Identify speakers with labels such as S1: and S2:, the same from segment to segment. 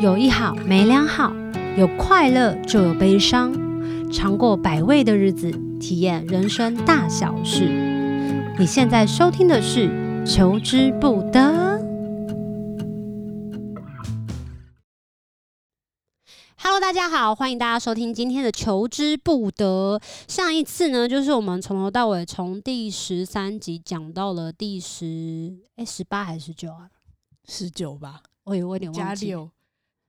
S1: 有一好没两好，有快乐就有悲伤，尝过百味的日子，体验人生大小事。你现在收听的是《求之不得》。Hello，大家好，欢迎大家收听今天的《求之不得》。上一次呢，就是我们从头到尾从第十三集讲到了第十哎十八还是十九啊？
S2: 十九吧，
S1: 我有我有点忘
S2: 加
S1: 记了。
S2: 六，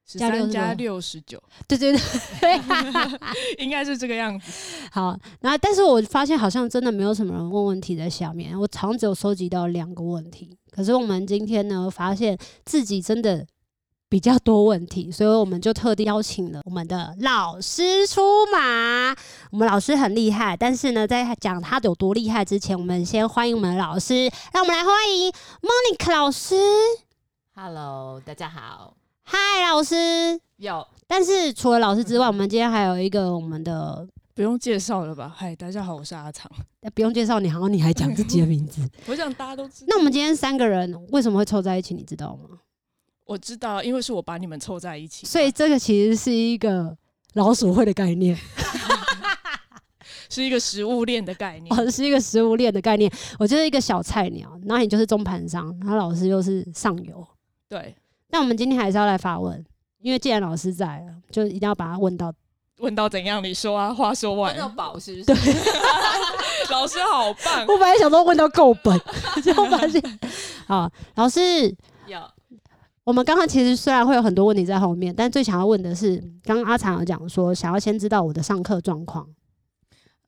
S2: 十
S1: 加六
S2: 三
S1: 是多
S2: 加
S1: 少
S2: 六十九，
S1: 对对对，
S2: 应该是这个样子。
S1: 好，然后但是我发现好像真的没有什么人问问题在下面，我好像只有收集到两个问题。可是我们今天呢，发现自己真的比较多问题，所以我们就特地邀请了我们的老师出马。我们老师很厉害，但是呢，在讲他有多厉害之前，我们先欢迎我们的老师，让我们来欢迎 Monica 老师。
S3: Hello，大家好。
S1: 嗨，老师。
S3: 有
S1: 但是除了老师之外，我们今天还有一个我们的
S2: 不用介绍了吧？嗨，大家好，我是阿长。
S1: 呃不用介绍你，好像你还讲自己的名字。
S2: 我想大家 都知道，
S1: 那我们今天三个人为什么会凑在一起，你知道吗？
S2: 我知道，因为是我把你们凑在一起，
S1: 所以这个其实是一个老鼠会的概 念，
S2: 是一个食物链的概念。
S1: 哦，是一个食物链的概念。我就是一个小菜鸟，然后你就是中盘商，然后老师又是上游。
S2: 对，
S1: 那我们今天还是要来发问，因为既然老师在了，就一定要把他问 到。
S2: 问到怎样？你说啊，话说
S3: 问
S2: 完，
S3: 到宝是不是？对，
S2: 老师好棒。
S1: 我本来想说问到够本，结果发现，好，老师，
S3: 有
S1: 我们刚刚其实虽然会有很多问题在后面，但最想要问的是，刚刚阿长有讲说，想要先知道我的上课状况。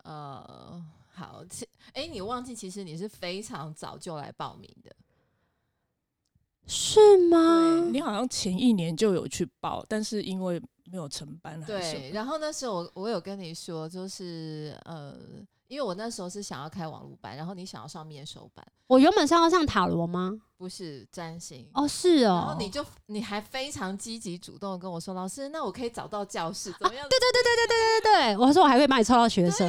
S3: 呃，好，其哎、你忘记其实你是非常早就来报名 的，
S1: 是吗？
S2: 你好像前一年就有去报，但是因为没有成班，还是什么
S3: 对。然后那时候我我有跟你说，就是呃，因为我那时候是想要开网络班，然后你想要上面授班，
S1: 我原本是要上塔罗吗？
S3: 不是占星。
S1: 哦，是
S3: 嗯然
S1: 哦
S3: 后。你就你还非常积极主动地跟我说，老师，那我可以找到教 室怎么样？
S1: 对对对对对对对对，我说我还会帮你抽到学生，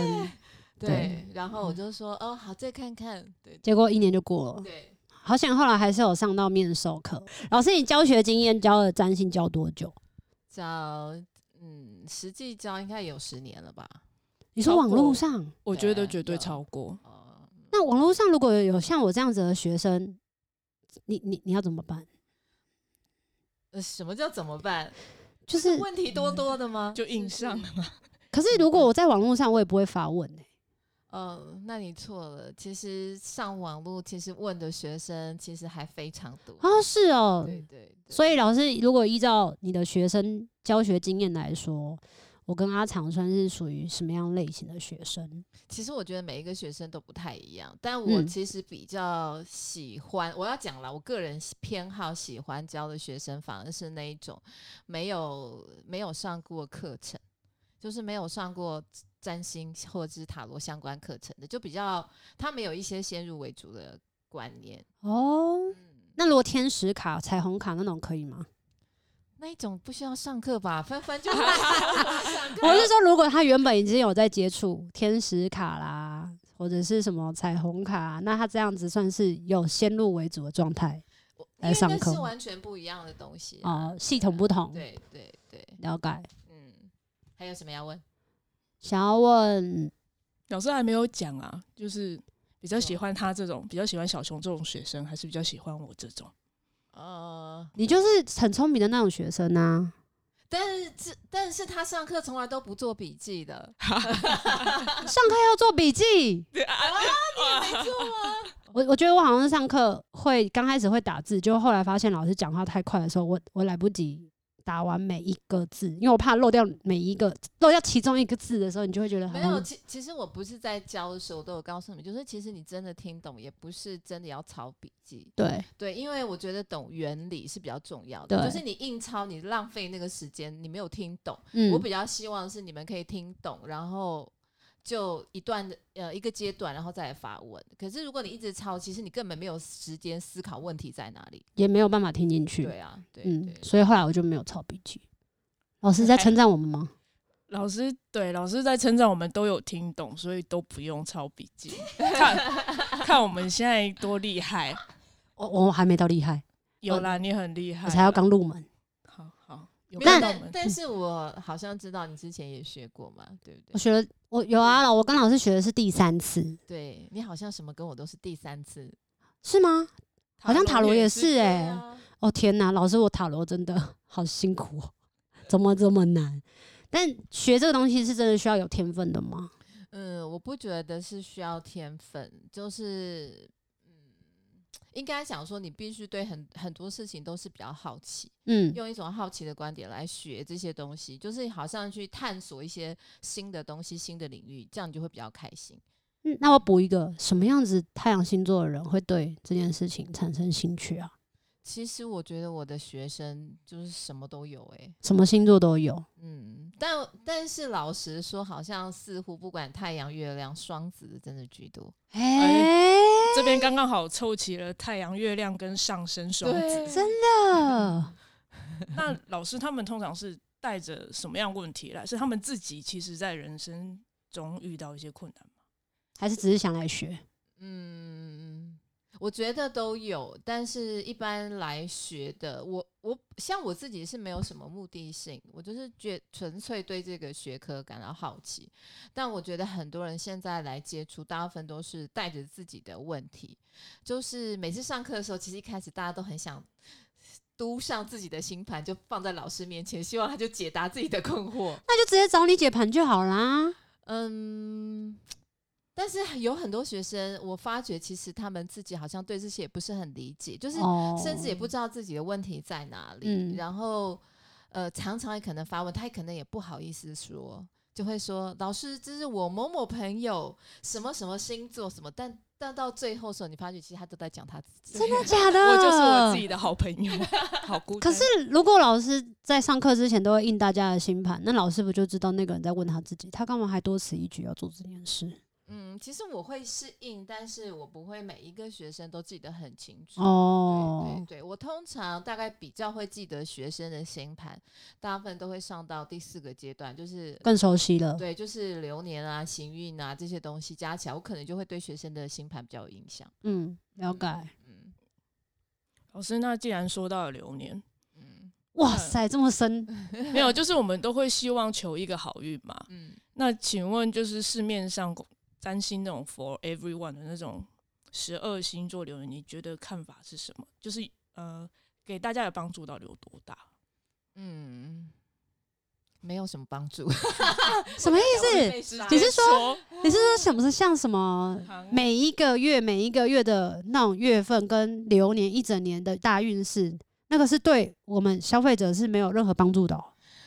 S3: 对然后我就说，哦，好，再看看。嗯对
S1: 结果一年就过了。
S3: 对，
S1: 好险，后来还是有上到面授课。老师，你教学经验教了占星教多久？
S3: 教嗯，实际教应该有十年了吧？
S1: 你说
S2: 超
S1: 网
S2: 过
S1: 络上，
S2: 我觉得
S3: 对
S2: 绝对
S3: 有
S2: 超过。
S3: 哦、
S1: 那网络上如果有像我这样子的学生，你你你要怎么办？
S3: 呃，什么叫怎么办？
S1: 就是，
S3: 问题多多 的吗？
S2: 就硬上
S3: 是不是。
S1: 可啊是如果我在网络上，我也不会发问、欸、
S3: 呃，那你错了。其实上网络，其实问的学生其实还非常多。
S1: 哦，是哦。
S3: 对对对，
S1: 所以老师，如果依照你的学生教学经验来说，我跟阿长算是属于什么样类型的学生？
S3: 其实我觉得每一个学生都不太一样，但我
S1: 嗯
S3: 其实比较喜欢，我要讲了，我个人喜偏好喜欢教的学生，反而是那一种没有没有上过课程，就是没有上过占星或者是塔罗相关课程的，就比较他们有一些先入为主的观念，
S1: 哦，
S3: 嗯，
S1: 那如果天使卡、彩虹卡那种可以吗？
S3: 那一种不需要上课 吧，翻翻就上课
S1: 我是说，如果他原本已经有在接触天使卡啦，或者是什么彩虹卡，那他这样子算是有先入为主的状态
S3: 我因
S1: 来
S3: 为
S1: 上
S3: 那
S1: 课
S3: 是完全不一样的东西、啊，
S1: 哦，系统不同，
S3: 对对对，
S1: 了解。
S3: 嗯，还有什么要问？
S1: 想要问
S2: 老师还没有讲啊，就是比较
S3: 什么
S2: 喜欢他这种，比较喜欢小熊这种学生，还是比较喜欢我这种？
S3: 呃，
S1: 你就是很聪明的那种学生啊呐、
S3: 但是这但是他上课从来都不做笔记的，
S1: 上课要做笔记。
S3: 没做啊。
S1: 我我觉得我好像是上课会刚开始会打字，就后来发现老师讲话太快的时候，我我来不及打完每一个字，因为我怕漏掉每一个漏掉其中一个字的时候，你就会觉得好
S3: 没有，
S1: 像
S3: 其其实我不是在教的时候，我都有告诉你们，就是其实你真的听懂，也不是真的要抄笔记。
S1: 对
S3: 对，因为我觉得懂原理是比较重要的，
S1: 对
S3: 就是你硬抄，你浪费那个时间，你没有听懂。
S1: 嗯
S3: 我比较希望是你们可以听懂，然后就一段的呃一个阶段，然后再来发问。可是如果你一直抄，其实你根本没有时间思考问题在哪里。
S1: 也没有办法听进去。
S3: 对啊，对对
S1: 嗯，所以后来我就没有抄笔记。老师在
S2: 还
S1: 称赞我们吗？
S2: 老师对老师在称赞我们都有听懂，所以都不用抄笔记。看看我们现在多厉害，
S1: 我我还没到厉害，哦
S2: 有啦，你很厉害啦，
S1: 我才要刚入门。
S2: 好好有
S3: 没有
S2: 看到我
S3: 但
S2: 们
S3: 但是我好像知道你之前也学过嘛，对不
S1: 我
S3: 对？
S1: 学了，我有啊，我跟老师学的是第三次，
S3: 对你好像什么跟我都是第三次，
S1: 是吗？好像塔罗也
S2: 也
S1: 是哎、
S3: 对啊
S1: 哦天哪，老师，我塔罗真的 好辛苦、哦，怎么这么难？但学这个东西是真的需要有天分的吗？
S3: 嗯，我不觉得是需要天分，就是嗯，应该讲说你必须对很很多事情都是比较好奇，
S1: 嗯，
S3: 用一种好奇的观点来学这些东西，就是好像去探索一些新的东西、新的领域，这样你就会比较开心。
S1: 嗯那我补一个，什么样子太阳星座的人会对这件事情产生兴趣啊？
S3: 其实我觉得我的学生就是什么都有、欸，
S1: 什么星座都有，
S3: 嗯，但但是老实说，好像似乎不管太阳、月亮、双子真的居多，
S1: 哎、
S2: 这边刚刚好凑齐了太阳、月亮跟上升双子。
S1: 真的，
S2: 那老师他们通常是带着什么样问题来？是他们自己其实在人生中遇到一些困难吗？
S1: 还是只是想来学？
S3: 嗯，我觉得都有，但是一般来学的，我我像我自己是没有什么目的性，我就是觉纯粹对这个学科感到好奇。但我觉得很多人现在来接触，大部分都是带着自己的问题，就是每次上课的时候，其实一开始大家都很想。嘟上自己的星盘，就放在老师面前，希望他就解答自己的困惑。
S1: 那就直接找你解盘就好啦。
S3: 嗯，但是有很多学生，我发觉其实他们自己好像对这些也不是很理解，就是
S1: 哦
S3: 甚至也不知道自己的问题在哪里，
S1: 嗯
S3: 然后呃，常常也可能发问，他也可能也不好意思说，就会说老师，这是我某某朋友什么什么星座什么，但但到最后的时候，你发觉其实他都在讲他自己，
S1: 真的假的？
S2: 我就是我自己的好朋友，好孤
S1: 可
S2: 单。
S1: 是，如果老师在上课之前都会印大家的星盘，那老师不就知道那个人在问他自己，他干嘛还多此一举要做这件事？
S3: 嗯，其实我会适应，但是我不会每一个学生都记得很清楚。啊对
S1: 哦
S3: 对，对，我通常大概比较会记得学生的星盘，大部分都会上到第四个阶段，就是
S1: 更熟悉了。
S3: 对，就是流年啊、行运啊这些东西加起来，我可能就会对学生的星盘比较有影响。
S1: 嗯，了解。
S3: 嗯
S2: 老师，那既然说到了流年，
S3: 嗯
S1: 哇塞，这么深，
S2: 没有，就是我们都会希望求一个好运嘛。
S3: 嗯，
S2: 那请问，就是市面上占星那种 for everyone 的那种十二星座流年，你觉得看法是什么？就是呃，给大家的帮助到底有多大？
S3: 嗯，没有什么帮助。
S1: 什么意思？
S3: 是
S1: 你是说你是说什么是像什么？每一个月每一个月的那种月份跟流年一整年的大运势，那个是对我们消费者是没有任何帮助的哦、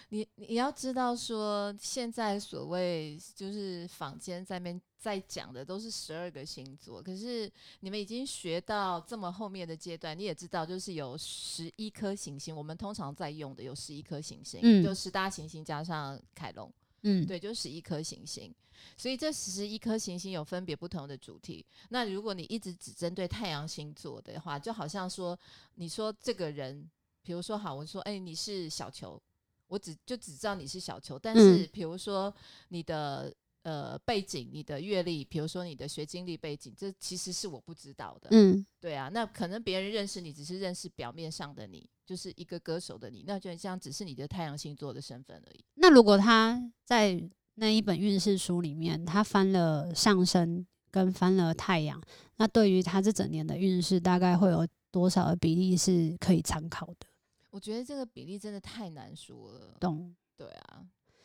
S3: 你你要知道说，现在所谓就是坊间在面在讲的都是十二个星座，可是你们已经学到这么后面的阶段，你也知道，就是有十一颗行星，我们通常在用的有十一颗行星，
S1: 嗯
S3: 就十大行星加上凯龙，
S1: 嗯，
S3: 对，就十一颗行星。所以这十一颗行星有分别不同的主题。那如果你一直只针对太阳星座的话，就好像说，你说这个人，比如说好，我说哎、你是小球，我只就只知道你是小球，但
S1: 嗯
S3: 是比如说你的。呃，背景、你的阅历，比如说你的学经历背景，这其实是我不知道的。
S1: 嗯，
S3: 对啊，那可能别人认识你，只是认识表面上的你，就是一个歌手的你，那就这样，只是你的太阳星座的身份而已。
S1: 那如果他在那一本运势书里面，他翻了上升跟翻了太阳，那对于他这整年的运势大概会有多少的比例是可以参考的？
S3: 我觉得这个比例真的太难说了。
S1: 懂？
S3: 对啊，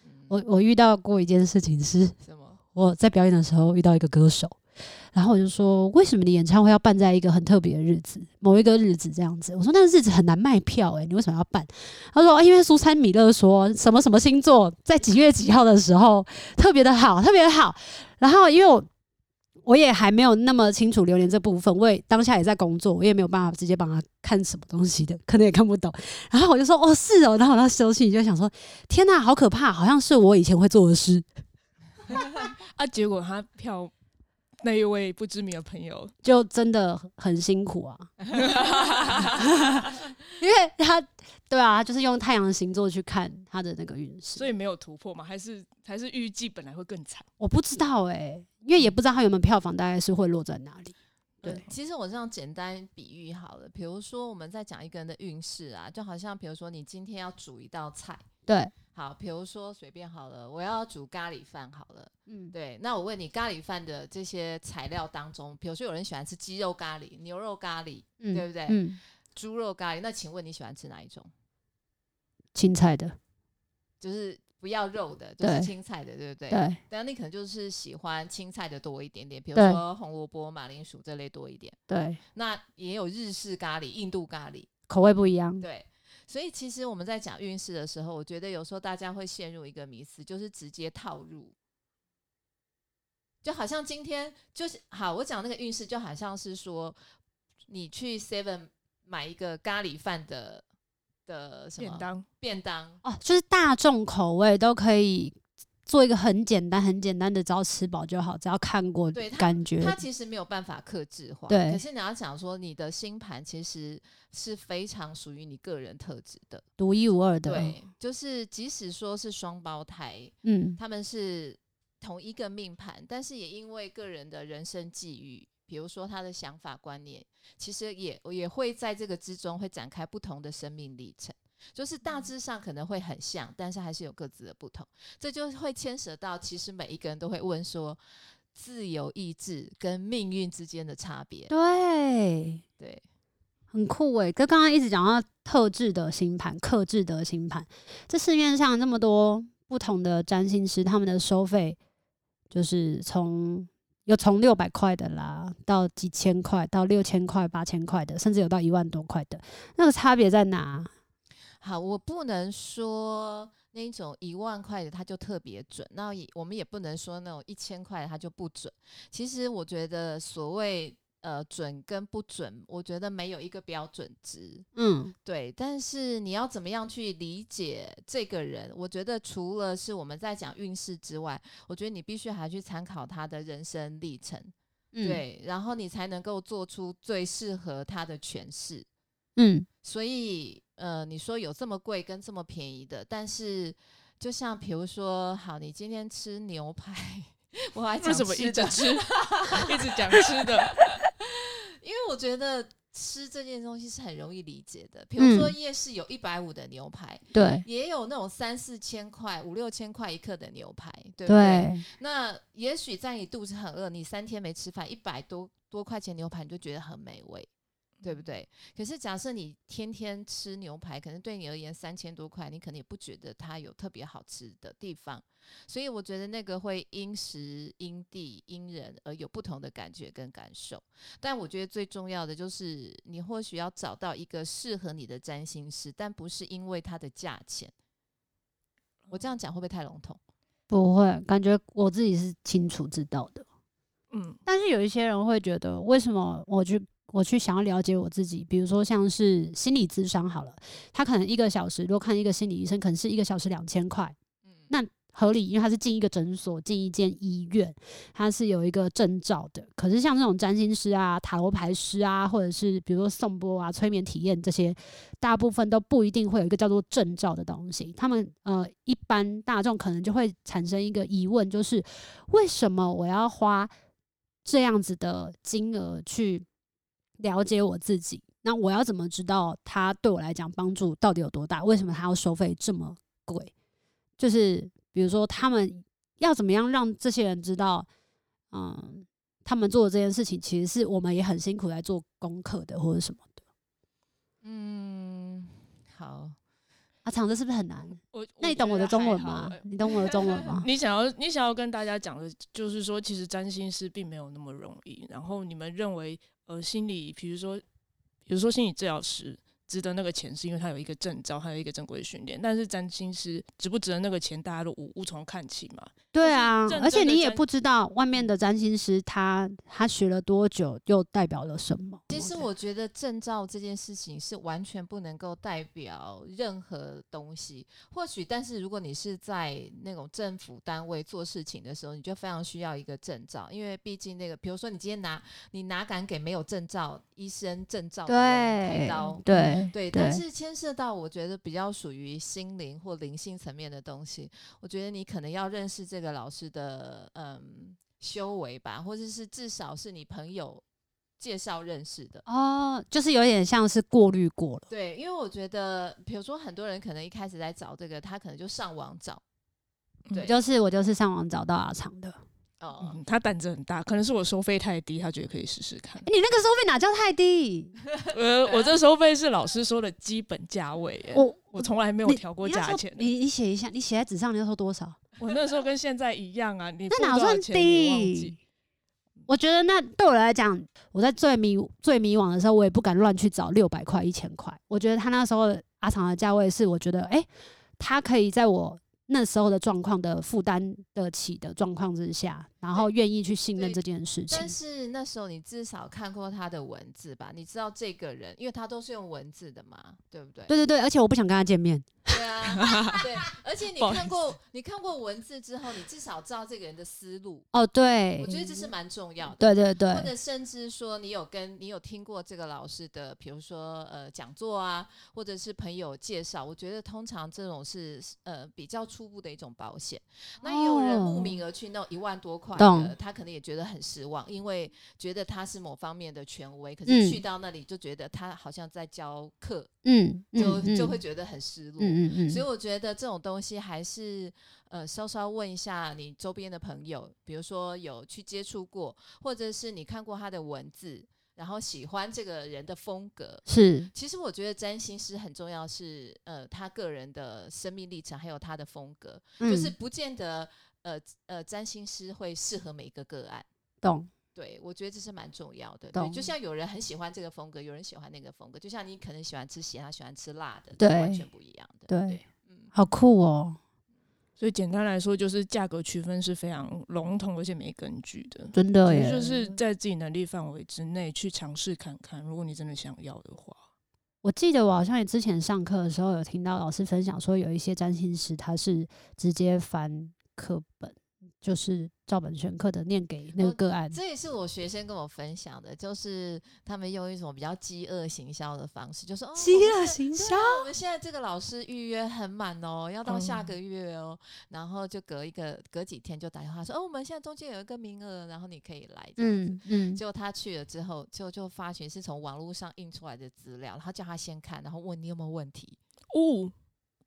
S3: 嗯
S1: 我我遇到过一件事情是，
S3: 什么？
S1: 我在表演的时候遇到一个歌手，然后我就说，为什么你演唱会要办在一个很特别的日子，某一个日子这样子？我说那个日子很难卖票、欸，你为什么要办？他说，啊因为苏珊米勒说什么什么星座在几月几号的时候特别的好，特别的好。然后因为我我也还没有那么清楚流年这部分，我也当下也在工作，我也没有办法直接帮他看什么东西的，可能也看不懂。然后我就说，哦，是哦。然后我那时候心里就想说，天哪、好可怕，好像是我以前会做的事。
S2: 啊？结果他票那一位不知名的朋 友，
S1: 就真的很辛苦啊， 因为他对啊，他就是用太阳星座去看他的那个运势，
S2: 所以没有突破嘛？还是还是预计本来会更惨？
S1: 欸我不知道哎、因为也不知道他原本票房大概是会落在哪里。对，
S3: 嗯其实我这样简单比喻好了，比如说我们在讲一个人的运势啊，就好像比如说你今天要煮一道菜，
S1: 对，
S3: 好，比如说随便好了，我要煮咖喱饭好了，
S1: 嗯，
S3: 对，那我问你咖喱饭的这些材料当中，比如说有人喜欢吃鸡肉咖喱、牛肉咖喱、
S1: 嗯
S3: 对不对
S1: 嗯，
S3: 猪肉咖喱，那请问你喜欢吃哪一种？
S1: 青菜的，
S3: 就是不要肉的，就是
S1: 对
S3: 青菜的，对不对？
S1: 对
S3: 但你可能就是喜欢青菜的多一点点，比如
S1: 对
S3: 说红萝卜、马铃薯这类多一点。
S1: 对，
S3: 那也有日式咖喱、印度咖喱，
S1: 口味不一样，
S3: 对。所以其实我们在讲运势的时候，我觉得有时候大家会陷入一个迷思，就是直接套入，就好像今天就是好，我讲那个运势就好像是说，你去 Seven 买一个咖喱饭的的什么
S2: 便当
S3: 便当
S1: 哦，就是大众口味都可以做一个很简单、很简单的，只要吃饱就好，只要看过
S3: 对它
S1: 感觉，
S3: 它其实没有办法克制化，
S1: 对
S3: 可是你要想说，你的星盘其实是非常属于你个人特质的。
S1: 独一无二的，
S3: 对，就是即使说是双胞胎，
S1: 嗯，
S3: 他们是同一个命盘，但是也因为个人的人生际遇，比如说他的想法观念，其实也也会在这个之中会展开不同的生命历程。就是大致上可能会很像，但是还是有各自的不同，这就会牵涉到其实每一个人都会问说，自由意志跟命运之间的差别。
S1: 对，
S3: 对，
S1: 很酷诶、跟刚刚一直讲到特制的星盘、克制的星盘，这市面上这么多不同的占星师，他们的收费就是从有从六百块的啦，到几千块，到六千块、八千块的，甚至有到一万多块的，那个差别在哪？
S3: 好，我不能说那一种一万块的它就特别准，那也我们也不能说那种一千块的它就不准。其实我觉得所谓呃准跟不准，我觉得没有一个标准值。
S1: 嗯，
S3: 对，但是你要怎么样去理解这个人？我觉得除了是我们在讲运势之外，我觉得你必须还去参考他的人生历程，
S1: 嗯，
S3: 对，然后你才能够做出最适合他的诠释。
S1: 嗯，
S3: 所以呃，你说有这么贵跟这么便宜的，但是就像比如说，好，你今天吃牛排， 我还讲
S2: 为什么
S3: 吃
S2: 一直
S3: 的，
S2: 吃， 一直讲吃的？
S3: 因为我觉得吃这件东西是很容易理解的。比如说
S1: 嗯
S3: 夜市有一百五的牛排，
S1: 对，
S3: 也有那种三四千块、五六千块一克的牛排，对不对？
S1: 对，
S3: 那也许在你肚子很饿，你三天没吃饭，一百多多块钱牛排你就觉得很美味。对不对？可是假设你天天吃牛排，可能对你而言三千多块，你可能也不觉得它有特别好吃的地方。所以我觉得那个会因时、因地、因人而有不同的感觉跟感受。但我觉得最重要的就是，你或许要找到一个适合你的占星师，但不是因为它的价钱。我这样讲会不会太笼统？
S1: 不会，感觉我自己是清楚知道的。
S2: 嗯，
S1: 但是有一些人会觉得，为什么我去我去想要了解我自己？比如说像是心理咨商好了，他可能一个小时，如果看一个心理医生，可能是一个小时两千块，
S3: 嗯，
S1: 那合理，因为他是进一个诊所，进一间医院，他是有一个证照的。可是像这种占星师啊、塔罗牌师啊，或者是比如说颂钵啊、催眠体验这些，大部分都不一定会有一个叫做证照的东西。他们呃，一般大众可能就会产生一个疑问，就是为什么我要花这样子的金额去了解我自己？那我要怎么知道它对我来讲帮助到底有多大？为什么它要收费这么贵？就是比如说他们要怎么样让这些人知道，嗯，他们做的这件事情其实是我们也很辛苦来做功课的，或者什么的。
S3: 嗯，好，
S1: 啊，长这是不是很难？
S2: 我
S1: 那你懂我的中文吗？
S2: 我觉得还好？
S1: 你懂我的中文吗
S2: 你想要你想要跟大家讲的，就是说，其实占星师并没有那么容易。然后你们认为，呃，心理，比如说，比如说心理治疗师值得那个钱，是因为他有一个证照，还有一个正规的训练。但是占星师值不值得那个钱，大家都无无从看起嘛。
S1: 对啊
S2: 就是认，真
S1: 而且
S2: 地
S1: 你也
S2: 占
S1: 不知道外面的占星师他他学了多久，又代表了什么。
S3: 其实我觉得证照这件事情是完全不能够代表任何东西。或许，但是如果你是在那种政府单位做事情的时候，你就非常需要一个证照，因为毕竟那个，比如说你今天拿你哪敢给没有证照医生证照的人开
S1: 对
S3: 刀，
S1: 对
S3: 对，但是牵涉到我觉得比较属于心灵或灵性层面的东西，我觉得你可能要认识这个老师的嗯修为吧，或者是至少是你朋友介绍认识的。
S1: 哦，就是有点像是过滤过了，
S3: 对，因为我觉得，比如说很多人可能一开始在找这个，他可能就上网找对
S1: 嗯就是我就是上网找到阿长的。哎、
S3: 哦，
S2: 嗯，他胆子很大，可能是我收费太低，他觉得可以试试 看。
S1: 你那个收费哪叫太低？
S2: 呃，我这收费是老师说的基本价位耶，
S1: 我
S2: 我从来没有
S1: 你
S2: 调过
S1: 你那时
S2: 价
S1: 候
S2: 钱。
S1: 你你写一下，你写在纸上，你要说多少？
S2: 我那时候跟现在一样啊，你
S1: 那
S2: 付
S1: 哪
S2: 多少
S1: 算
S2: 钱你忘
S1: 低
S2: 记
S1: 我觉得那对我来讲，我在最迷最迷惘的时候，我也不敢乱去找六百块、一千块。我觉得他那时候阿长的价位是，我觉得哎、诶他可以在我那时候的状况的负担得起的状况之下，然后愿意去信任
S3: 对
S1: 这件事情
S3: 但。是那时候你至少看过他的文字吧？你知道这个人，因为他都是用文字的嘛，对不对？
S1: 对对对，而且我不想跟他见面。
S3: 对啊，对。 而且你
S2: 不好
S3: 看
S2: 意
S3: 过你看过文字之后，你至少知道这个人的思路，
S1: 哦，对
S3: 我，觉得这是蛮重要的。
S1: 对对
S3: 或
S1: 对，
S3: 者甚至说你有跟你有听过这个老师的，比如说呃讲座啊，或者是朋友介绍，我觉得通常这种是呃比较初步的一种保险。那也有人慕
S1: 哦
S3: 名而去弄一万多块
S1: 懂
S3: 的，他可能也觉得很失望，因为觉得他是某方面的权威，可是去
S1: 嗯
S3: 到那里就觉得他好像在教课，
S1: 嗯，
S3: 就、
S1: 嗯
S3: 就会觉得很失落。
S1: 嗯嗯嗯，
S3: 所以我觉得这种东西还是呃，稍稍问一下你周边的朋友，比如说有去接触过，或者是你看过他的文字，然后喜欢这个人的风格。
S1: 是
S3: 其实我觉得占星师很重要是，呃，他个人的生命历程，还有他的风格，就是
S1: 嗯
S3: 不见得呃呃，占星师会适合每一个个案。
S1: 懂。
S3: 对，我觉得这是蛮重要的。对，就
S1: 懂
S3: 像有人很喜欢这个风格，有人喜欢那个风格，就像你可能喜欢吃咸，他喜欢吃辣的，这是完
S1: 对
S3: 全不一样的。
S1: 对
S3: 对，嗯。
S1: 好酷哦！
S2: 所以简单来说，就是价格区分是非常笼统而且没根据的。
S1: 真的
S2: 其
S1: 耶，
S2: 实就是在自己能力范围之内去尝试看看，如果你真的想要的话，
S1: 我记得我好像也之前上课的时候有听到老师分享说，有一些占星师他是直接翻课本，就是照本宣科的念给那个
S3: 哦
S1: 个案。
S3: 这也是我学生跟我分享的，就是他们用一种比较饥饿行销的方式，就说哦，
S1: 饥
S3: 我们
S1: 饿
S3: 现
S1: 行
S3: 在
S1: 销
S3: 对啊我们现在这个老师预约很满哦，要到下
S2: 嗯
S3: 个月哦，然后就隔一个隔几天就打电话说，哦，我们现在中间有一个名额，然后你可以来。嗯，
S1: 嗯嗯，
S3: 结果他去了之后，就就发觉是从网络上印出来的资料，然后叫他先看，然后问你有没有问题。
S2: 哦，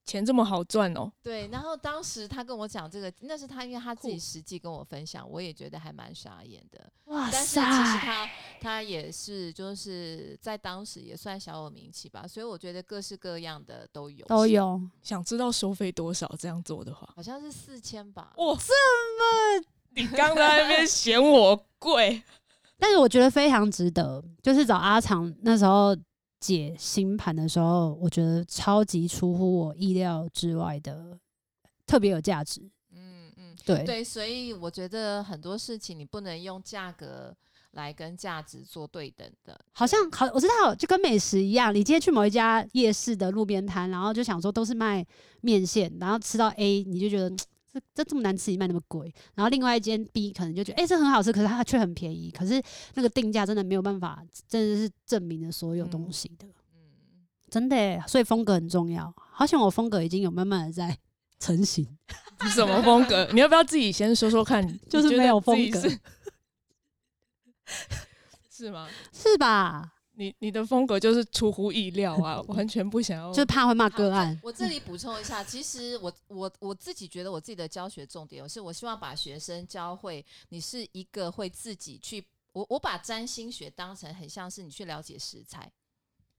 S2: 钱这么好赚哦，
S3: 对，然后当时他跟我讲这个，那是他因为他自己
S2: 酷
S3: 实际跟我分享，我也觉得还蛮傻眼的。
S1: 哇
S3: 但是其实
S1: 啊塞，
S3: 他他也是就是在当时也算小有名气吧，所以我觉得各式各样的都有，
S1: 都，有
S2: 想知道收费多少，这样做的话，
S3: 好像是四千吧。
S1: 哦
S2: 哇，这么你刚在那边嫌我贵，
S1: 但是我觉得非常值得，就是找阿长那时候解星盘的时候，我觉得超级出乎我意料之外的，特别有价值。
S3: 嗯嗯，
S1: 对
S3: 对，所以我觉得很多事情你不能用价格来跟价值做对等的。
S1: 好像好，我知道，就跟美食一样，你今天去某一家夜市的路边摊，然后就想说都是卖面线，然后吃到 A，你就觉得嗯这这这么难吃，你卖那么贵，然后另外一间 B 可能就觉得哎、这很好吃，可是它却很便宜，可是那个定价真的没有办法，真的是证明了所有东西的，
S3: 嗯，
S1: 真的耶，所以风格很重要。好像我风格已经有慢慢的在成型，
S2: 你什么风格？你要不要自己先说说看？
S1: 就
S2: 你
S1: 是
S2: 觉
S1: 没
S2: 得
S1: 有
S2: 自己
S1: 风格
S2: 是 是吗？
S1: 是吧？
S2: 你你的风格就是出乎意料啊，完全不想要。
S1: 就怕会骂
S3: 好
S1: 个
S3: 这
S1: 案，
S3: 我这里补充一下，其实我我我自己觉得我自己的教学重点是，我希望把学生教会你是一个会自己去，我我把占星学当成很像是你去了解食材。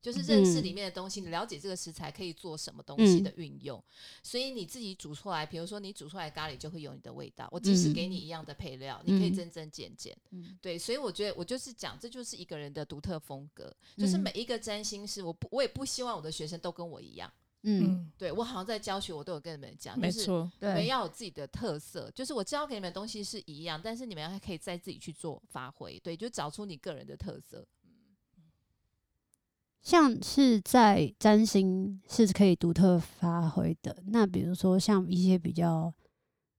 S3: 就是认识
S1: 嗯
S3: 里面的东西，你了解这个食材可以做什么东西的运用，所以你自己煮出来，比如说你煮出来咖喱就会有你的味道。我即使
S1: 嗯
S3: 给你一样的配料，你可以
S1: 嗯
S3: 增增减减。
S1: 嗯
S3: 对，所以我觉得我就是讲，这就是一个人的独特风格，就是
S1: 嗯
S3: 每一个占星师，我不我也不希望我的学生都跟我一样。
S1: 嗯，
S2: 嗯，
S3: 对我好像在教学，我都有跟你们讲，
S2: 没
S3: 就是
S2: 错，
S3: 你们
S1: 对，
S3: 要有自己的特色，就是我教给你们的东西是一样，但是你们还可以再自己去做发挥，对，就找出你个人的特色。
S1: 像是在占星是可以独特发挥的。那比如说像一些比较，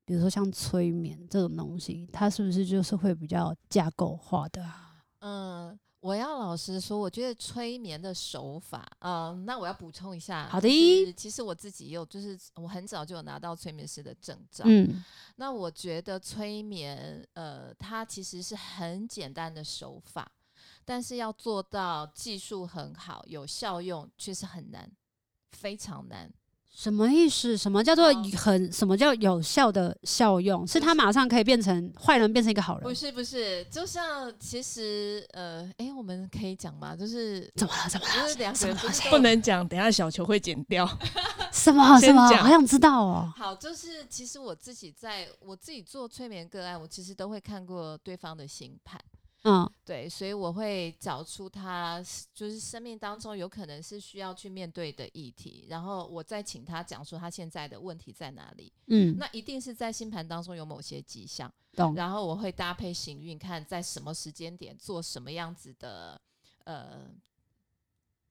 S1: 比如说像催眠这种东西，它是不是就是会比较架构化的啊？
S3: 嗯，我要老实说，我觉得催眠的手法，嗯，那我要补充一下，
S1: 好的
S3: 就是其实我自己也有，就是我很早就有拿到催眠师的证照，
S1: 嗯
S3: 那我觉得催眠，呃，它其实是很简单的手法，但是要做到技术很好、有效用，确实很难，非常难。
S1: 什么意思？什么叫做
S3: 好
S1: 很？什么叫有效的效用？是
S3: 就
S1: 他
S3: 啊是
S1: 马上可以变成坏人，变成一个好
S3: 不
S1: 人？
S3: 是不是，就像其实呃，诶，我们可以讲 吗？就是
S1: 怎么了？怎么
S3: 就是两个人不是
S2: 不
S3: 都
S2: 能讲，等一下小球会剪掉。
S1: 了？什么什
S2: 先
S1: 么？
S2: 讲
S1: 好想知道哦。
S3: 好，就是其实我自己在我自己做催眠个案，我其实都会看过对方的星盘。
S1: 嗯，
S3: 对，所以我会找出他是就是生命当中有可能是需要去面对的议题，然后我再请他讲述他现在的问题在哪里。
S1: 嗯，
S3: 那一定是在星盘当中有某些迹象，
S1: 懂。
S3: 然后我会搭配行运，看在什么时间点做什么样子的呃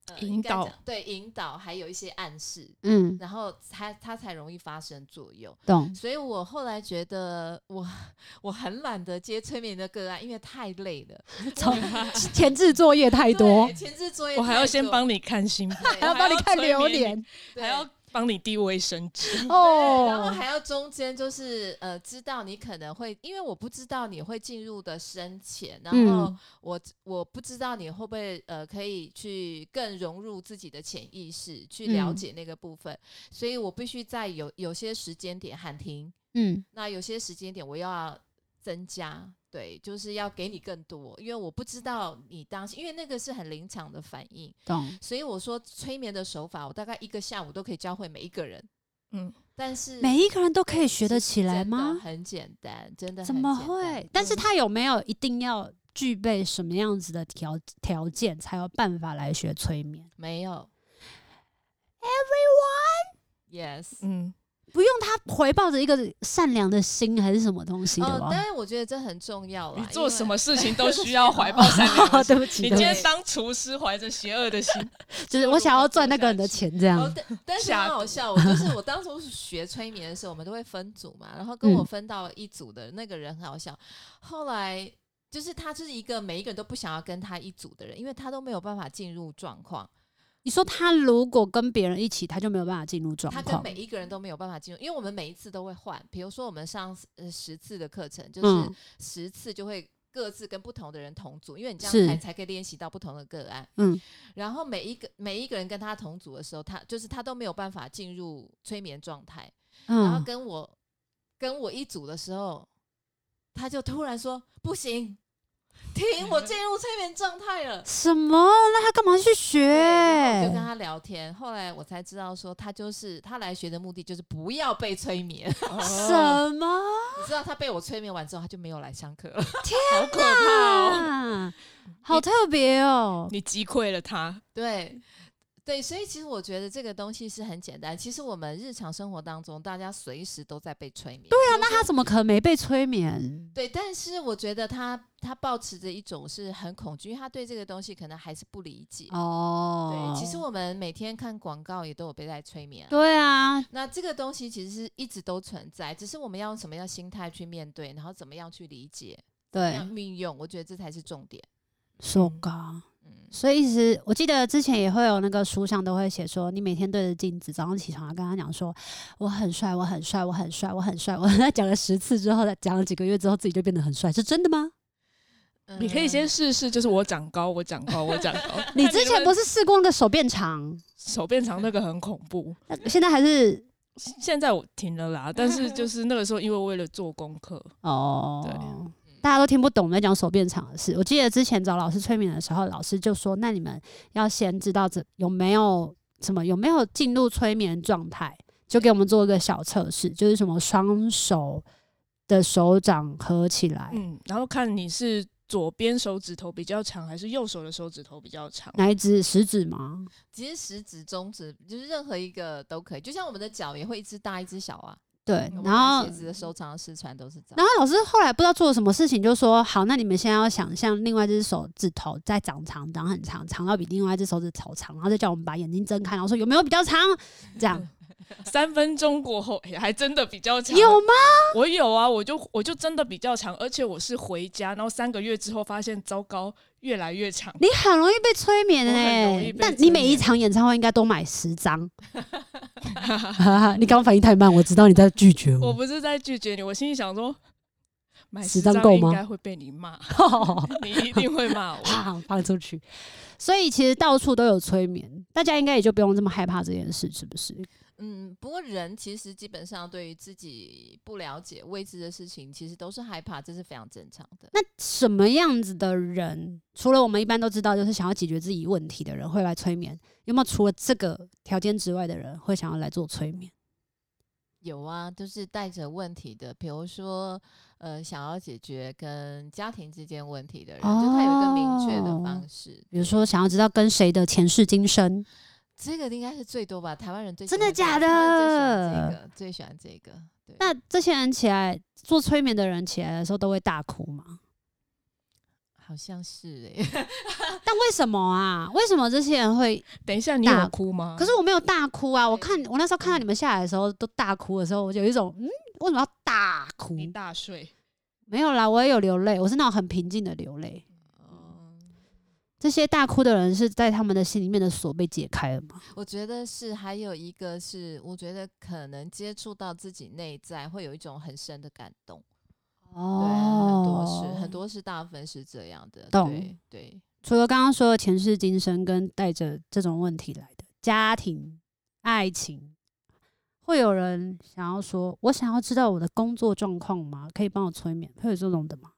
S3: 呃
S2: 引
S3: 应该
S2: 导
S3: 讲对引导，还有一些暗示，
S1: 嗯，
S3: 然后它它才容易发生作用。
S1: 懂。
S3: 所以我后来觉得我 我很懒得接催眠的个案，因为太累了。
S1: 从 前置作业太多
S3: 对，前置作业
S2: 我还
S3: 太
S2: 要先
S3: 多，
S2: 帮你看星盘，
S3: 对
S1: 还要帮你看榴
S2: 催眠
S1: 莲
S3: 对
S2: 还要帮你递卫生 纸。
S3: 对然后
S1: 哦。
S3: 还要中间就是呃，知道你可能会，因为我不知道你会进入的深浅，然后
S1: 嗯
S3: 我、我不知道你会不会呃，可以去更融入自己的潜意识，去了
S1: 嗯
S3: 解那个部分，所以我必须在有有些时间点喊停，
S1: 嗯，
S3: 那有些时间点我要增加，对，就是要给你更多，因为我不知道你当时，因为那个是很临场的反应，
S1: 懂。
S3: 所以我说催眠的手法，我大概一个下午都可以教会每一个人，
S2: 嗯，
S3: 但是
S1: 每一个人都可以学得起来
S3: 真的
S1: 吗？
S3: 很简单，真的很
S1: 怎么
S3: 简单
S1: 会？但是
S3: 嗯
S1: 他有没有一定要具备什么样子的条条件，才有办法来学催眠
S3: 没有
S1: ？Everyone，
S3: ，yes。
S2: 嗯，
S1: 不用他回抱着一个善良的心还是什么东西的
S3: 哦，
S1: 吧？
S3: 当然，我觉得这很重要啦。
S2: 你
S3: 因
S2: 做
S3: 为哦
S2: 什么事情都需要怀抱善良的 心。
S1: 对不起，
S2: 你
S1: 对
S2: 今
S1: 不
S2: 天
S1: 起，
S2: 当厨师，怀着邪恶的心，
S1: 就是我想要赚那个人的钱，这
S3: 哦
S1: 样，
S3: 但但是
S2: 下
S3: 很 好笑，我就是我当初学催眠的时候，我们都会分组嘛，然后跟我
S1: 嗯
S3: 分到一组的那个人很好笑，后来就是他就是一个每一个人都不想要跟他一组的人，因为他都没有办法进入状况，
S1: 你说他如果跟别人一起，他就没有办法进入状
S3: 他跟
S1: 况
S3: 每。一个人都没有办法进入，因为我们每一次都会换，比如说我们上呃十次的课程，就是
S1: 嗯
S3: 十次就会各自跟不同的人同组，因为你这
S1: 是
S3: 样才才可以练习到不同的个案。
S1: 嗯，
S3: 然后每一个每一个人跟他同组的时候，他就是他都没有办法进入催眠状态。然后
S1: 嗯，
S3: 跟我跟我一组的时候，他就突然说不行，停，我进入催眠状态 了。
S1: 什么？那他干嘛去
S3: 对然后我就跟
S1: 学？
S3: 他聊天，后来我才知道说，他就是他来学的目的就是不要被催眠。
S1: 什么？
S3: 你知道他被我催眠完之后，他就没有来上课了。
S2: 好可怕哦！
S1: 啊，好特别哦！
S2: 你击溃了他，
S3: 对。对，所以其实我觉得这个东西是很简单。其实我们日常生活当中，大家随时都在被催眠。对啊，
S1: 那他怎么可能没被催眠？
S3: 对，但是我觉得他他保持着一种是很恐惧，因为他对这个东西可能还是不理解。
S1: 哦，
S3: 对，其实我们每天看广告也都有被在催眠啊、
S1: 对啊，
S3: 那这个东西其实是一直都存在，只是我们要用什么样的心态去面对，然后怎么样去理解，怎么
S1: 对
S3: 样，运用，我觉得这才是重点。
S1: 说嘎。
S3: 嗯，
S1: 所以其实我记得之前也会有那个书上都会写说，你每天对着镜子，早上起床要跟他讲说，我很帅，我很帅，我很帅，我很帅。我他讲了十次之后，讲了几个月之后，自己就变得很帅，是真的吗？。
S2: 你可以
S3: 嗯
S2: 先试试，就是我长高，我长高，我长高
S1: 你之前不
S2: 是
S1: 是试过那个手变长，
S2: 手变长那个很恐怖，
S1: 那现在还是
S2: 现在我停了啦，但是就是那个时候，因为为了做功课，
S1: 哦，大家都听不懂我们在讲手变长的事。我记得之前找老师催眠的时候，老师就说，那你们要先知道这有没有什么有没有进入催眠状态，就给我们做一个小测试，就是什么双手的手掌合起来，
S2: 嗯，然后看你是左边手指头比较长，还是右手的手指头比较长。
S1: 哪一只食指吗？
S3: 其实食指、中指就是任何一个都可以，就像我们的脚也会一只大一只小啊。
S1: 对
S3: 我，们
S1: 哎然
S3: 买
S1: 后
S3: 鞋。子的收藏失传都是这样。
S1: 然后老师后来不知道做了什么事情，就说好，那你们现在要想象另外一只手指头再长长，长很长，长到比另外一只手指头长，然后再叫我们把眼睛睁开，然后说有没有比较长？这样
S2: 三分钟过后，哎还真的比较长。
S1: 有吗？
S2: 我有啊，我就我就真的比较长，而且我是回家，然后三个月之后发现，糟糕，越来越长。
S1: 你很容易被催眠
S2: 我很
S1: 哎、
S2: 容易被
S1: 但
S2: 催
S1: 你每一
S2: 眠
S1: 场演唱会应该都买十张。 你刚刚反应太慢，我知道你在拒绝
S2: 我
S1: 我。
S2: 不是在拒绝你，我心里想说，买
S1: 十
S2: 十
S1: 张够吗
S2: 应该会被你骂， 你一定会骂我。
S1: 啪放出去。所以其实到处都有催眠，大家应该也就不用这么害怕这件事，是不是？
S3: 嗯，不过人其实基本上对于自己不了解、未知的事情，其实都是害怕，这是非常正常的。
S1: 那什么样子的人，除了我们一般都知道，就是想要解决自己问题的人会来催眠，有没有除了这个条件之外的人会想要来做催眠？
S3: 有啊，就是带着问题的，比如说，呃，想要解决跟家庭之间问题的人，就他有一个明确的
S1: 哦
S3: 方式。
S1: 比如说想要知道跟谁的前世今生，
S3: 这个应该是最多吧？台湾人最喜
S1: 真的
S3: 欢这
S1: 假
S3: 个台湾
S1: 的
S3: 人最喜欢这个，最喜欢这个。对，
S1: 那这些人起来做催眠的人起来的时候都会大哭吗？
S3: 好像是哎、欸，
S1: 但为什么啊？为什么这些人会？
S2: 等一下，你
S1: 大
S2: 有哭吗？
S1: 可是我没有大哭啊！我看
S3: 对
S1: 我那时候看到你们下来的时候都大哭的时候，我就有一种嗯，为什么要大哭？
S2: 你大睡，
S1: 没有啦，我也有流泪，我是那种很平静的流泪。
S3: 嗯，
S1: 这些大哭的人是在他们的心里面的锁被解开了吗？
S3: 我觉得是，还有一个是，我觉得可能接触到自己内在，会有一种很深的感动。对，啊很多是很多是大部分是这样的。
S1: 哦懂
S3: 对对，
S1: 除了刚刚说的前世今生跟带着这种问题来的家庭、爱情，会有人想要说：“我想要知道我的工作状况吗？可以帮我催眠？”会有这种的吗？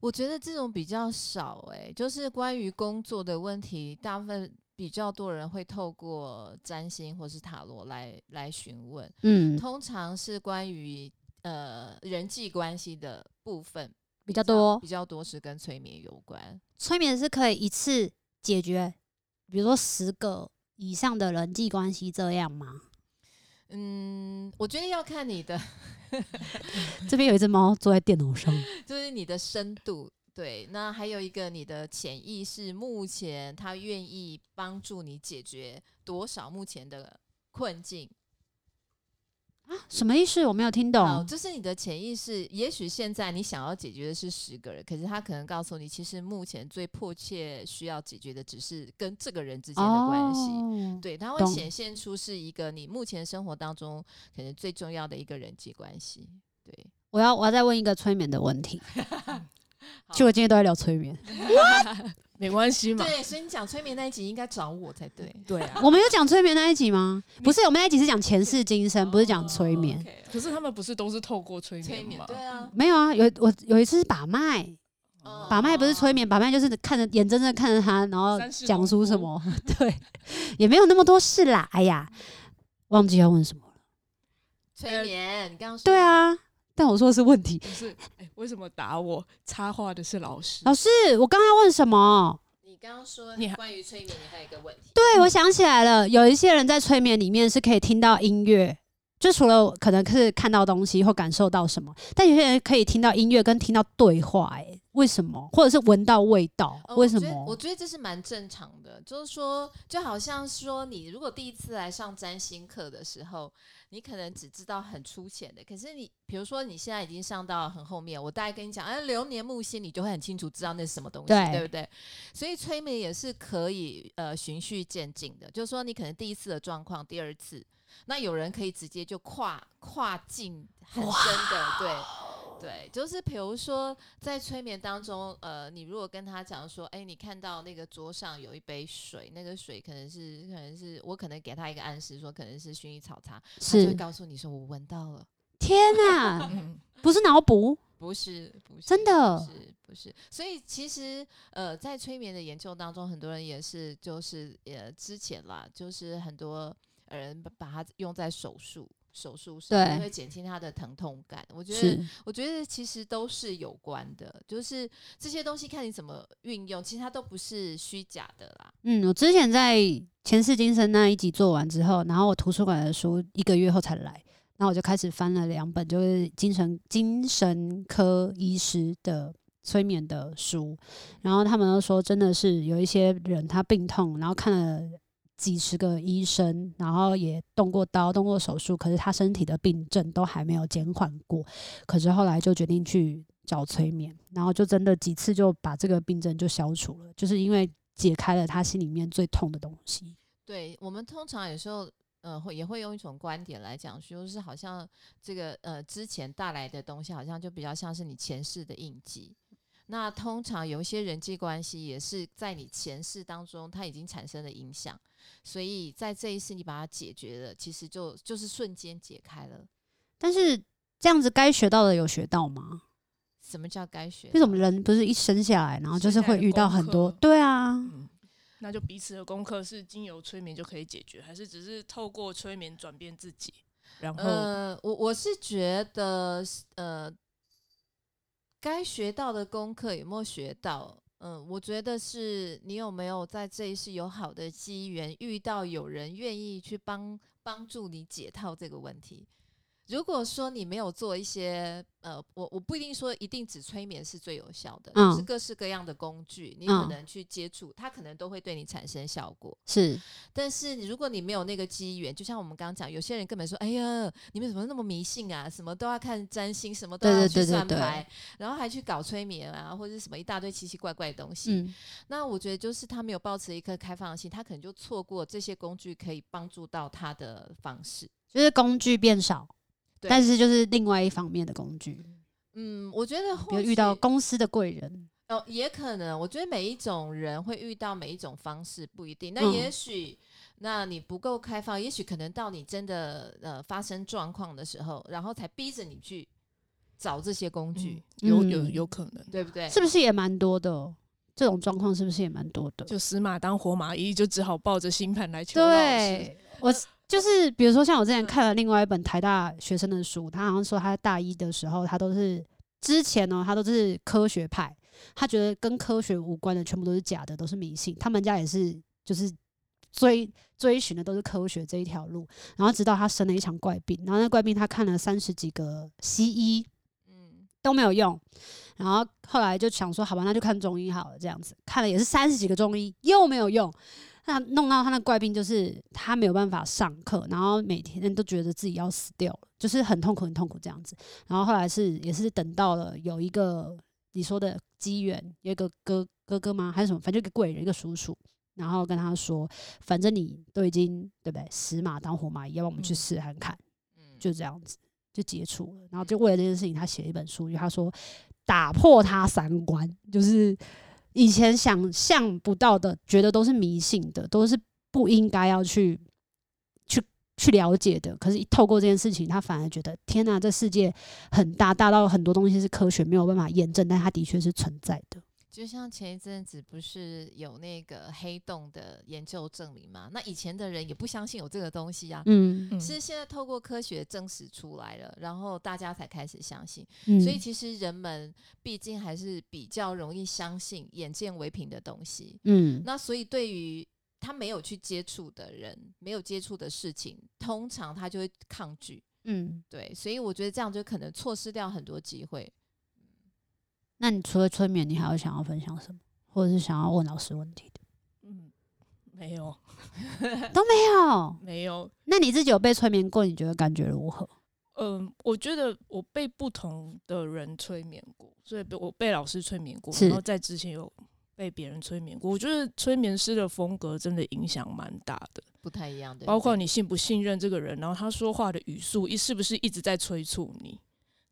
S3: 我觉得这种比较少诶、就是关于工作的问题，大部分比较多人会透过占星或是塔罗来来询问。
S1: 嗯，
S3: 通常是关于呃人际关系的部分
S1: 比较多
S3: 比。较多是跟催眠有关。
S1: 催眠是可以一次解决，比如说十个以上的人际关系这样吗？
S3: 嗯，我觉得要看你的，
S1: 这边有一只猫坐在电脑 上，
S3: 就是你的深度。对，那还有一个你的潜意识，目前他愿意帮助你解决多少目前的困境？
S1: 什么意思？我没有听
S3: 好，
S1: 懂。
S3: 就是你的潜意识，也许现在你想要解决的是十个人，可是他可能告诉你，其实目前最迫切需要解决的只是跟这个人之间的关系。
S1: 哦
S3: 对，它会
S1: 懂
S3: 显现出是一个你目前生活当中可能最重要的一个人际关系。对，
S1: 我要我要再问一个催眠的问 题。
S3: 好
S1: 其实我今天都在聊催眠，
S2: 没关系
S1: 嗯
S2: 嘛。
S3: 对，所以你讲催眠那一集应该找我才对。
S2: 对 啊，
S1: 我们有讲催眠那一集吗？
S2: 你
S1: 不是，我们那一集是讲前世今生，不是讲催眠。
S3: 哦，OK，
S2: 可是他们不是都是透过催
S3: 催
S2: 眠
S3: 眠
S2: 吗？
S3: 对啊，
S1: 没有啊，有我有一次是把脉，
S3: 哦
S1: 把脉不是催眠，把脉就是看着眼睁睁地看着他，然后
S2: 三世
S1: 讲
S2: 同
S1: 出什
S2: 哭
S1: 么， 对，也没有那么多事啦。哎呀，忘记要问什么了。
S3: 催眠，你刚刚说
S1: 对，啊，但我说的是问题。
S2: 不是，哎、为什么打我？插话的是老师。
S1: 老师，我刚刚要问什么？
S3: 你刚刚说
S2: 你还
S3: 关于催眠，你还有一个问题。
S1: 对，啊我想起来了，有一些人在催眠里面是可以听到音乐，就除了可能是看到东西或感受到什么，但有些人可以听到音乐跟听到对话、哎，为什么？或者是闻到味道，
S3: 哦
S1: 为什
S3: 我觉得我
S1: 么？
S3: 觉得这是蛮正常的，就是说，就好像说，你如果第一次来上占星课的时候，你可能只知道很粗浅的，可是你比如说你现在已经上到很后面，我大概跟你讲，哎，流年木星，你就会很清楚知道那是什么东西，
S1: 对
S3: 对不对？所以催眠也是可以呃循序渐进的，就是说你可能第一次的状况，第二次，那有人可以直接就跨跨境很深的，对。对，就是比如说在催眠当中，呃，你如果跟他讲说，哎，你看到那个桌上有一杯水，那个水可能是可能是我可能给他一个暗示，说可能是薰衣草茶，他就会
S1: 是
S3: 告诉你说我闻到了，
S1: 天哪、
S2: 嗯，
S1: 不是脑补，
S3: 不是不是
S1: 真的
S3: 不是不是，所以其实呃，在催眠的研究当中，很多人也是就是呃之前啦，就是很多人把把它用在手术。手术上
S1: 对
S3: 因为减轻他的疼痛感，我觉得
S1: 是
S3: 我觉得其实都是有关的，就是这些东西看你怎么运用，其实它都不是虚假的啦。
S1: 嗯，我之前在前世今生那一集做完之后，然后我图书馆的书一个月后才来，然后我就开始翻了两本，就是精神精神科医师的催眠的书，然后他们都说，真的是有一些人他病痛，然后看了。几十个医生，然后也动过刀、动过手术，可是他身体的病症都还没有减缓过。可是后来就决定去找催眠，然后就真的几次就把这个病症就消除了，就是因为解开了他心里面最痛的东西。
S3: 对我们通常有时候，嗯、呃，会也会用一种观点来讲，就是好像这个呃之前带来的东西，好像就比较像是你前世的印记。那通常有一些人际关系也是在你前世当中，它已经产生了影响，所以在这一世你把它解决了，其实就就是瞬间解开了。
S1: 但是这样子该学到的有学到吗？
S3: 什么叫该学？
S1: 为什么人不是一生下来，然后就是会遇到很多？
S2: 生
S1: 对啊，
S2: 嗯，那就彼此的功课是经由催眠就可以解决，还是只是透过催眠转变自己？然后、
S3: 呃，我我是觉得是，呃，该学到的功课有没有学到？嗯，我觉得是你有没有在这一世有好的机缘，遇到有人愿意去帮帮助你解套这个问题。如果说你没有做一些，呃，我我不一定说一定只催眠是最有效的，就是
S1: 嗯
S3: 各式各样的工具，你可
S1: 嗯
S3: 能去接触，它可能都会对你产生效果。
S1: 是
S3: 但是你如果你没有那个机缘，就像我们刚刚讲，有些人根本说：“哎呀，你们怎么那么迷信啊？什么都要看占星，什么都
S1: 对
S3: 要
S1: 对
S3: 去
S1: 对对
S3: 算牌，
S1: 对
S3: 然后还去搞催眠啊，或者是什么一大堆奇奇怪怪的东西。
S1: 嗯，
S3: 那我觉得就是他没有保持一颗开放的心，他可能就错过这些工具可以帮助到他的方式。
S1: 就是工具变少，
S3: 对
S1: 但是就是另外一方面的工具，
S3: 嗯，我觉得
S1: 比
S3: 或
S1: 如
S3: 许
S1: 遇到公司的贵人，
S3: 哦，也可能，我觉得每一种人会遇到每一种方式不一定。那
S1: 嗯
S3: 也许，那你不够开放，也许可能到你真的呃发生状况的时候，然后才逼着你去找这些工具
S2: 嗯，、有有
S1: 嗯
S2: 有可能，
S3: 对不对？
S1: 是不是也蛮多的哦？这种状况是不是也蛮多的？
S2: 就死马当活马医，就只好抱着星盘来求老师。
S1: 对，我是就是比如说 像我之前看了另外一本台大学生的书，他好像说他大一的时候，他都是之前哦呢、他都是科学派，他觉得跟科学无关的全部都是假的，都是迷信。他们家也是就是追追寻的都是科学这一条路，然后直到他生了一场怪病，然后那怪病他看了三十几个西医，
S3: 嗯，
S1: 都没有用。然后后来就想说，好吧，那就看中医好了，这样子看了也是三十几个中医，又没有用。那弄到他的怪病就是他没有办法上课，然后每天都觉得自己要死掉了，就是很痛苦，很痛苦这样子。然后后来是也是等到了有一个你说的机缘，有一个哥哥哥吗？还是什么？反正就一个贵人，一个叔叔，然后跟他说，反正你都已经对不对，死马当活马医，要不然我们去
S2: 嗯
S1: 试看看。
S3: 嗯
S1: 就这样子就接触了，然后就为了这件事情，他写了一本书，就他说打破他三观，就是以前想象不到的，觉得都是迷信的，都是不应该要去去去了解的。可是透过这件事情，他反而觉得天哪、这世界很大，大到很多东西是科学没有办法验证，但它的确是存在的。
S3: 就像前一阵子不是有那个黑洞的研究证明嘛？那以前的人也不相信有这个东西啊。
S1: 嗯
S2: 嗯
S3: 是现在透过科学证实出来了，然后大家才开始相信。
S1: 嗯，
S3: 所以其实人们毕竟还是比较容易相信眼见为凭的东西。
S1: 嗯
S3: 那所以对于他没有去接触的人，没有接触的事情，通常他就会抗拒。
S1: 嗯，
S3: 对，所以我觉得这样就可能错失掉很多机会。
S1: 那你除了催眠，你还有想要分享什么，或者是想要问老师问题的？
S2: 嗯，没有
S1: 都没有。
S2: 没有，
S1: 那你自己有被催眠过，你觉得感觉如何？
S2: 嗯，我觉得我被不同的人催眠过，所以被我被老师催眠过，
S1: 是
S2: 然后在之前有被别人催眠过。我觉得催眠师的风格真的影响蛮大的，
S3: 不太一样的，
S2: 包括 你信不信任这个人，然后他说话的语速一是不是一直在催促你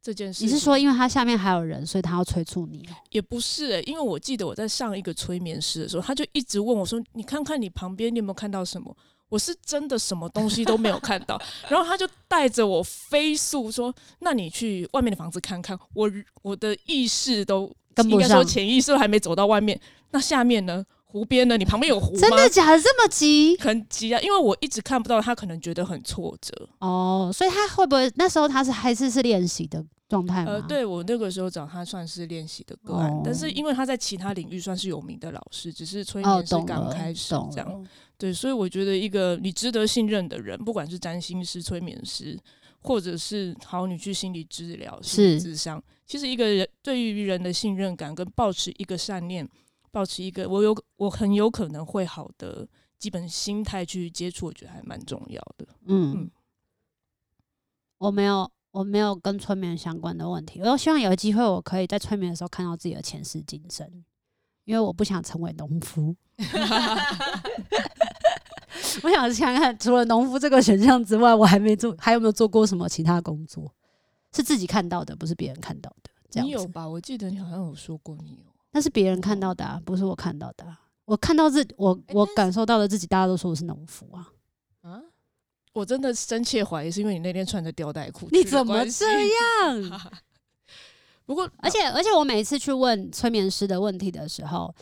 S2: 这件事
S1: 你
S2: 情。
S1: 是说，因为他下面还有人，所以他要催促你哦？
S2: 也不是、欸，因为我记得我在上一个催眠师的时候，他就一直问我说：“你看看你旁边，你有没有看到什么？”我是真的什么东西都没有看 到，然后他就带着我飞速说：“那你去外面的房子看看。我”我的意识都
S1: 跟不
S2: 应该说
S1: 上？
S2: 潜意识都还没走到外面。那下面呢？湖边呢？你旁边有湖吗？
S1: 真的假的？这么急
S2: 很急啊，因为我一直看不到，他可能觉得很挫折。
S1: 哦？所以他会不会那时候他是还是是练习的状态吗？
S2: 呃，，对我那个时候找他算是练习的个案，
S1: 哦
S2: 但是因为他在其他领域算是有名的老师，只是催
S1: 哦，
S2: 眠是
S1: 懂
S2: 刚
S1: 了，
S2: 开始
S1: 懂
S2: 这样。
S1: 了。
S2: 对，所以我觉得一个你值得信任的人，不管是占星师、催眠师，或者是好，你去心理治疗、心理
S1: 是
S2: 智商，其实一个人对于人的信任感跟保持一个善念，保持一个我有我很有可能会好的基本心态去接触，我觉得还蛮重要的。
S1: 嗯，
S2: 嗯
S1: 我没有，我没有跟催眠相关的问题。我希望有机会，我可以在催眠的时候看到自己的前世今生，因为我不想成为农夫。我想想看，除了农夫这个选项之外，我还没做，还有没有做过什么其他工作？是自己看到的，不是别人看到的。这
S2: 你
S1: 样
S2: 有
S1: 子，
S2: 吧？我记得你好像有说过你有。
S1: 那是别人看到的、啊，不是我看到的、啊。我看到自我，
S3: 哎
S1: 我
S3: 但是
S1: 感受到的自己，大家都说我是农夫啊。
S3: 嗯，
S2: 我真的深切怀疑，是因为你那天穿着吊带裤，
S1: 你
S2: 去的
S1: 怎么
S2: 关系
S1: 这？样？
S2: 不过，
S1: 而且而且，我每次去问催眠师的问题的时候，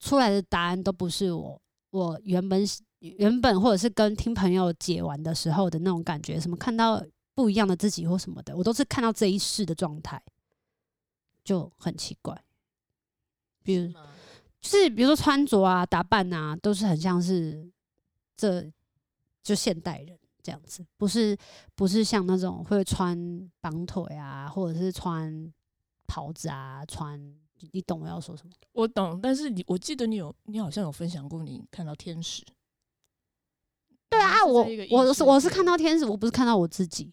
S1: 出来的答案都不是我我原本原本或者是跟听朋友解完的时候的那种感觉，什么看到不一样的自己或什么的，我都是看到这一世的状态，就很奇怪。比如
S3: 是吗
S1: 就是比如说穿着啊、打扮啊，都是很像是这就现代人这样子，不是不是像那种会穿绑腿啊，或者是穿袍子啊，穿你懂我要说什么？
S2: 我懂，但是你，我记得你有，你好像有分享过，你看到天使。
S1: 对啊，
S2: 你
S1: 我
S2: 嗯是在一个异
S1: 我
S2: 世
S1: 是我是
S2: 界
S1: 看到天使，我不是看到我自己，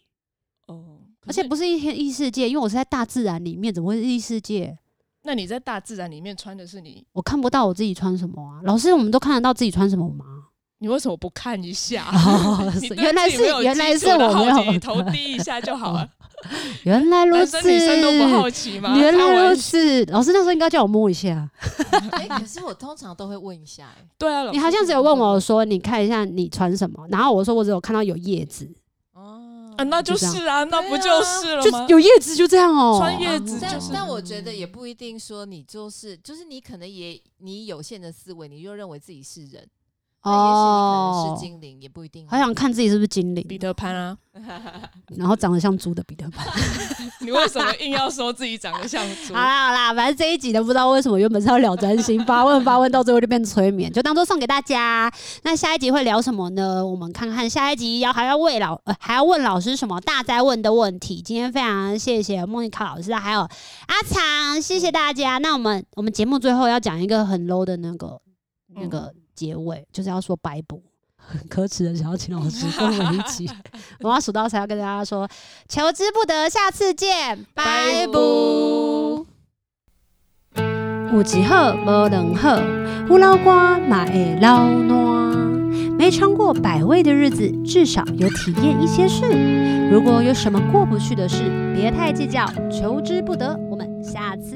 S2: 哦，可
S1: 而且
S2: 是，
S1: 不是一天异世界，因为我是在大自然里面，怎么会是异世界？
S2: 那你在大自然里面穿的是你，
S1: 我看不到我自己穿什么啊！老师，我们都看得到自己穿什么 吗？
S2: 你为什么不看 一下？
S1: 哦
S2: 你
S1: 是
S2: 对
S1: 原来
S2: 自己没
S1: 是
S2: 有
S1: 原来
S2: 基础
S1: 是
S2: 的
S1: 我没
S2: 好奇
S1: 有
S2: 你头低一下就好了。
S1: 原来如
S2: 男
S1: 此，
S2: 生女生都不好 奇吗？
S1: 原
S2: 开
S1: 来
S2: 玩
S1: 如
S2: 笑
S1: 此，老师那时候应该叫我摸一下。
S3: 哎，可是我通常都会问一下，哎，
S2: 对啊，老
S1: 你
S2: 师
S1: 好像只有问我说：“你看一下你穿什么？”然后我说：“我只有看到有叶子，
S3: 哦
S2: 啊，那就
S1: 就这样
S2: 是啊，那不
S3: 对啊
S2: 就是了吗
S1: 就？有叶子就这样哦、
S2: 穿叶子
S3: 但
S2: 就是
S3: 但我觉得也不一定说你就是就是你可能也你有限的思维，你就认为自己是人，那也许你可能
S1: 哦
S3: 是，精灵，也不一定。
S1: 好想看自己是不是精
S2: 彼
S1: 灵，
S2: 得潘啊，
S1: 然后长得像猪的彼得潘。
S2: 你为什么硬要说自己长得像猪
S1: 好？啦好啦，反正这一集呢，不知道为什么原本是要聊占星，发问发问，到最后就变催眠，就当做送给大家。那下一集会聊什么呢？我们看看下一集要还要问老、呃、还要问老师什么大灾问的问题。今天非常谢谢莫妮卡老师，还有阿长，谢谢大家。那我们我们节目最后要讲一个很 low 的那个那个结尾，就是要说拜拜。很可耻的，想要请老 师跟我们一起，我要数到才要跟大家说，求之不得，下次见，拜拜。有一好无两好，有老瓜嘛会老烂。没尝过百味的日子，至少有体验一些事。如果有什么过不去的事，别太计较，求之不得。我们下次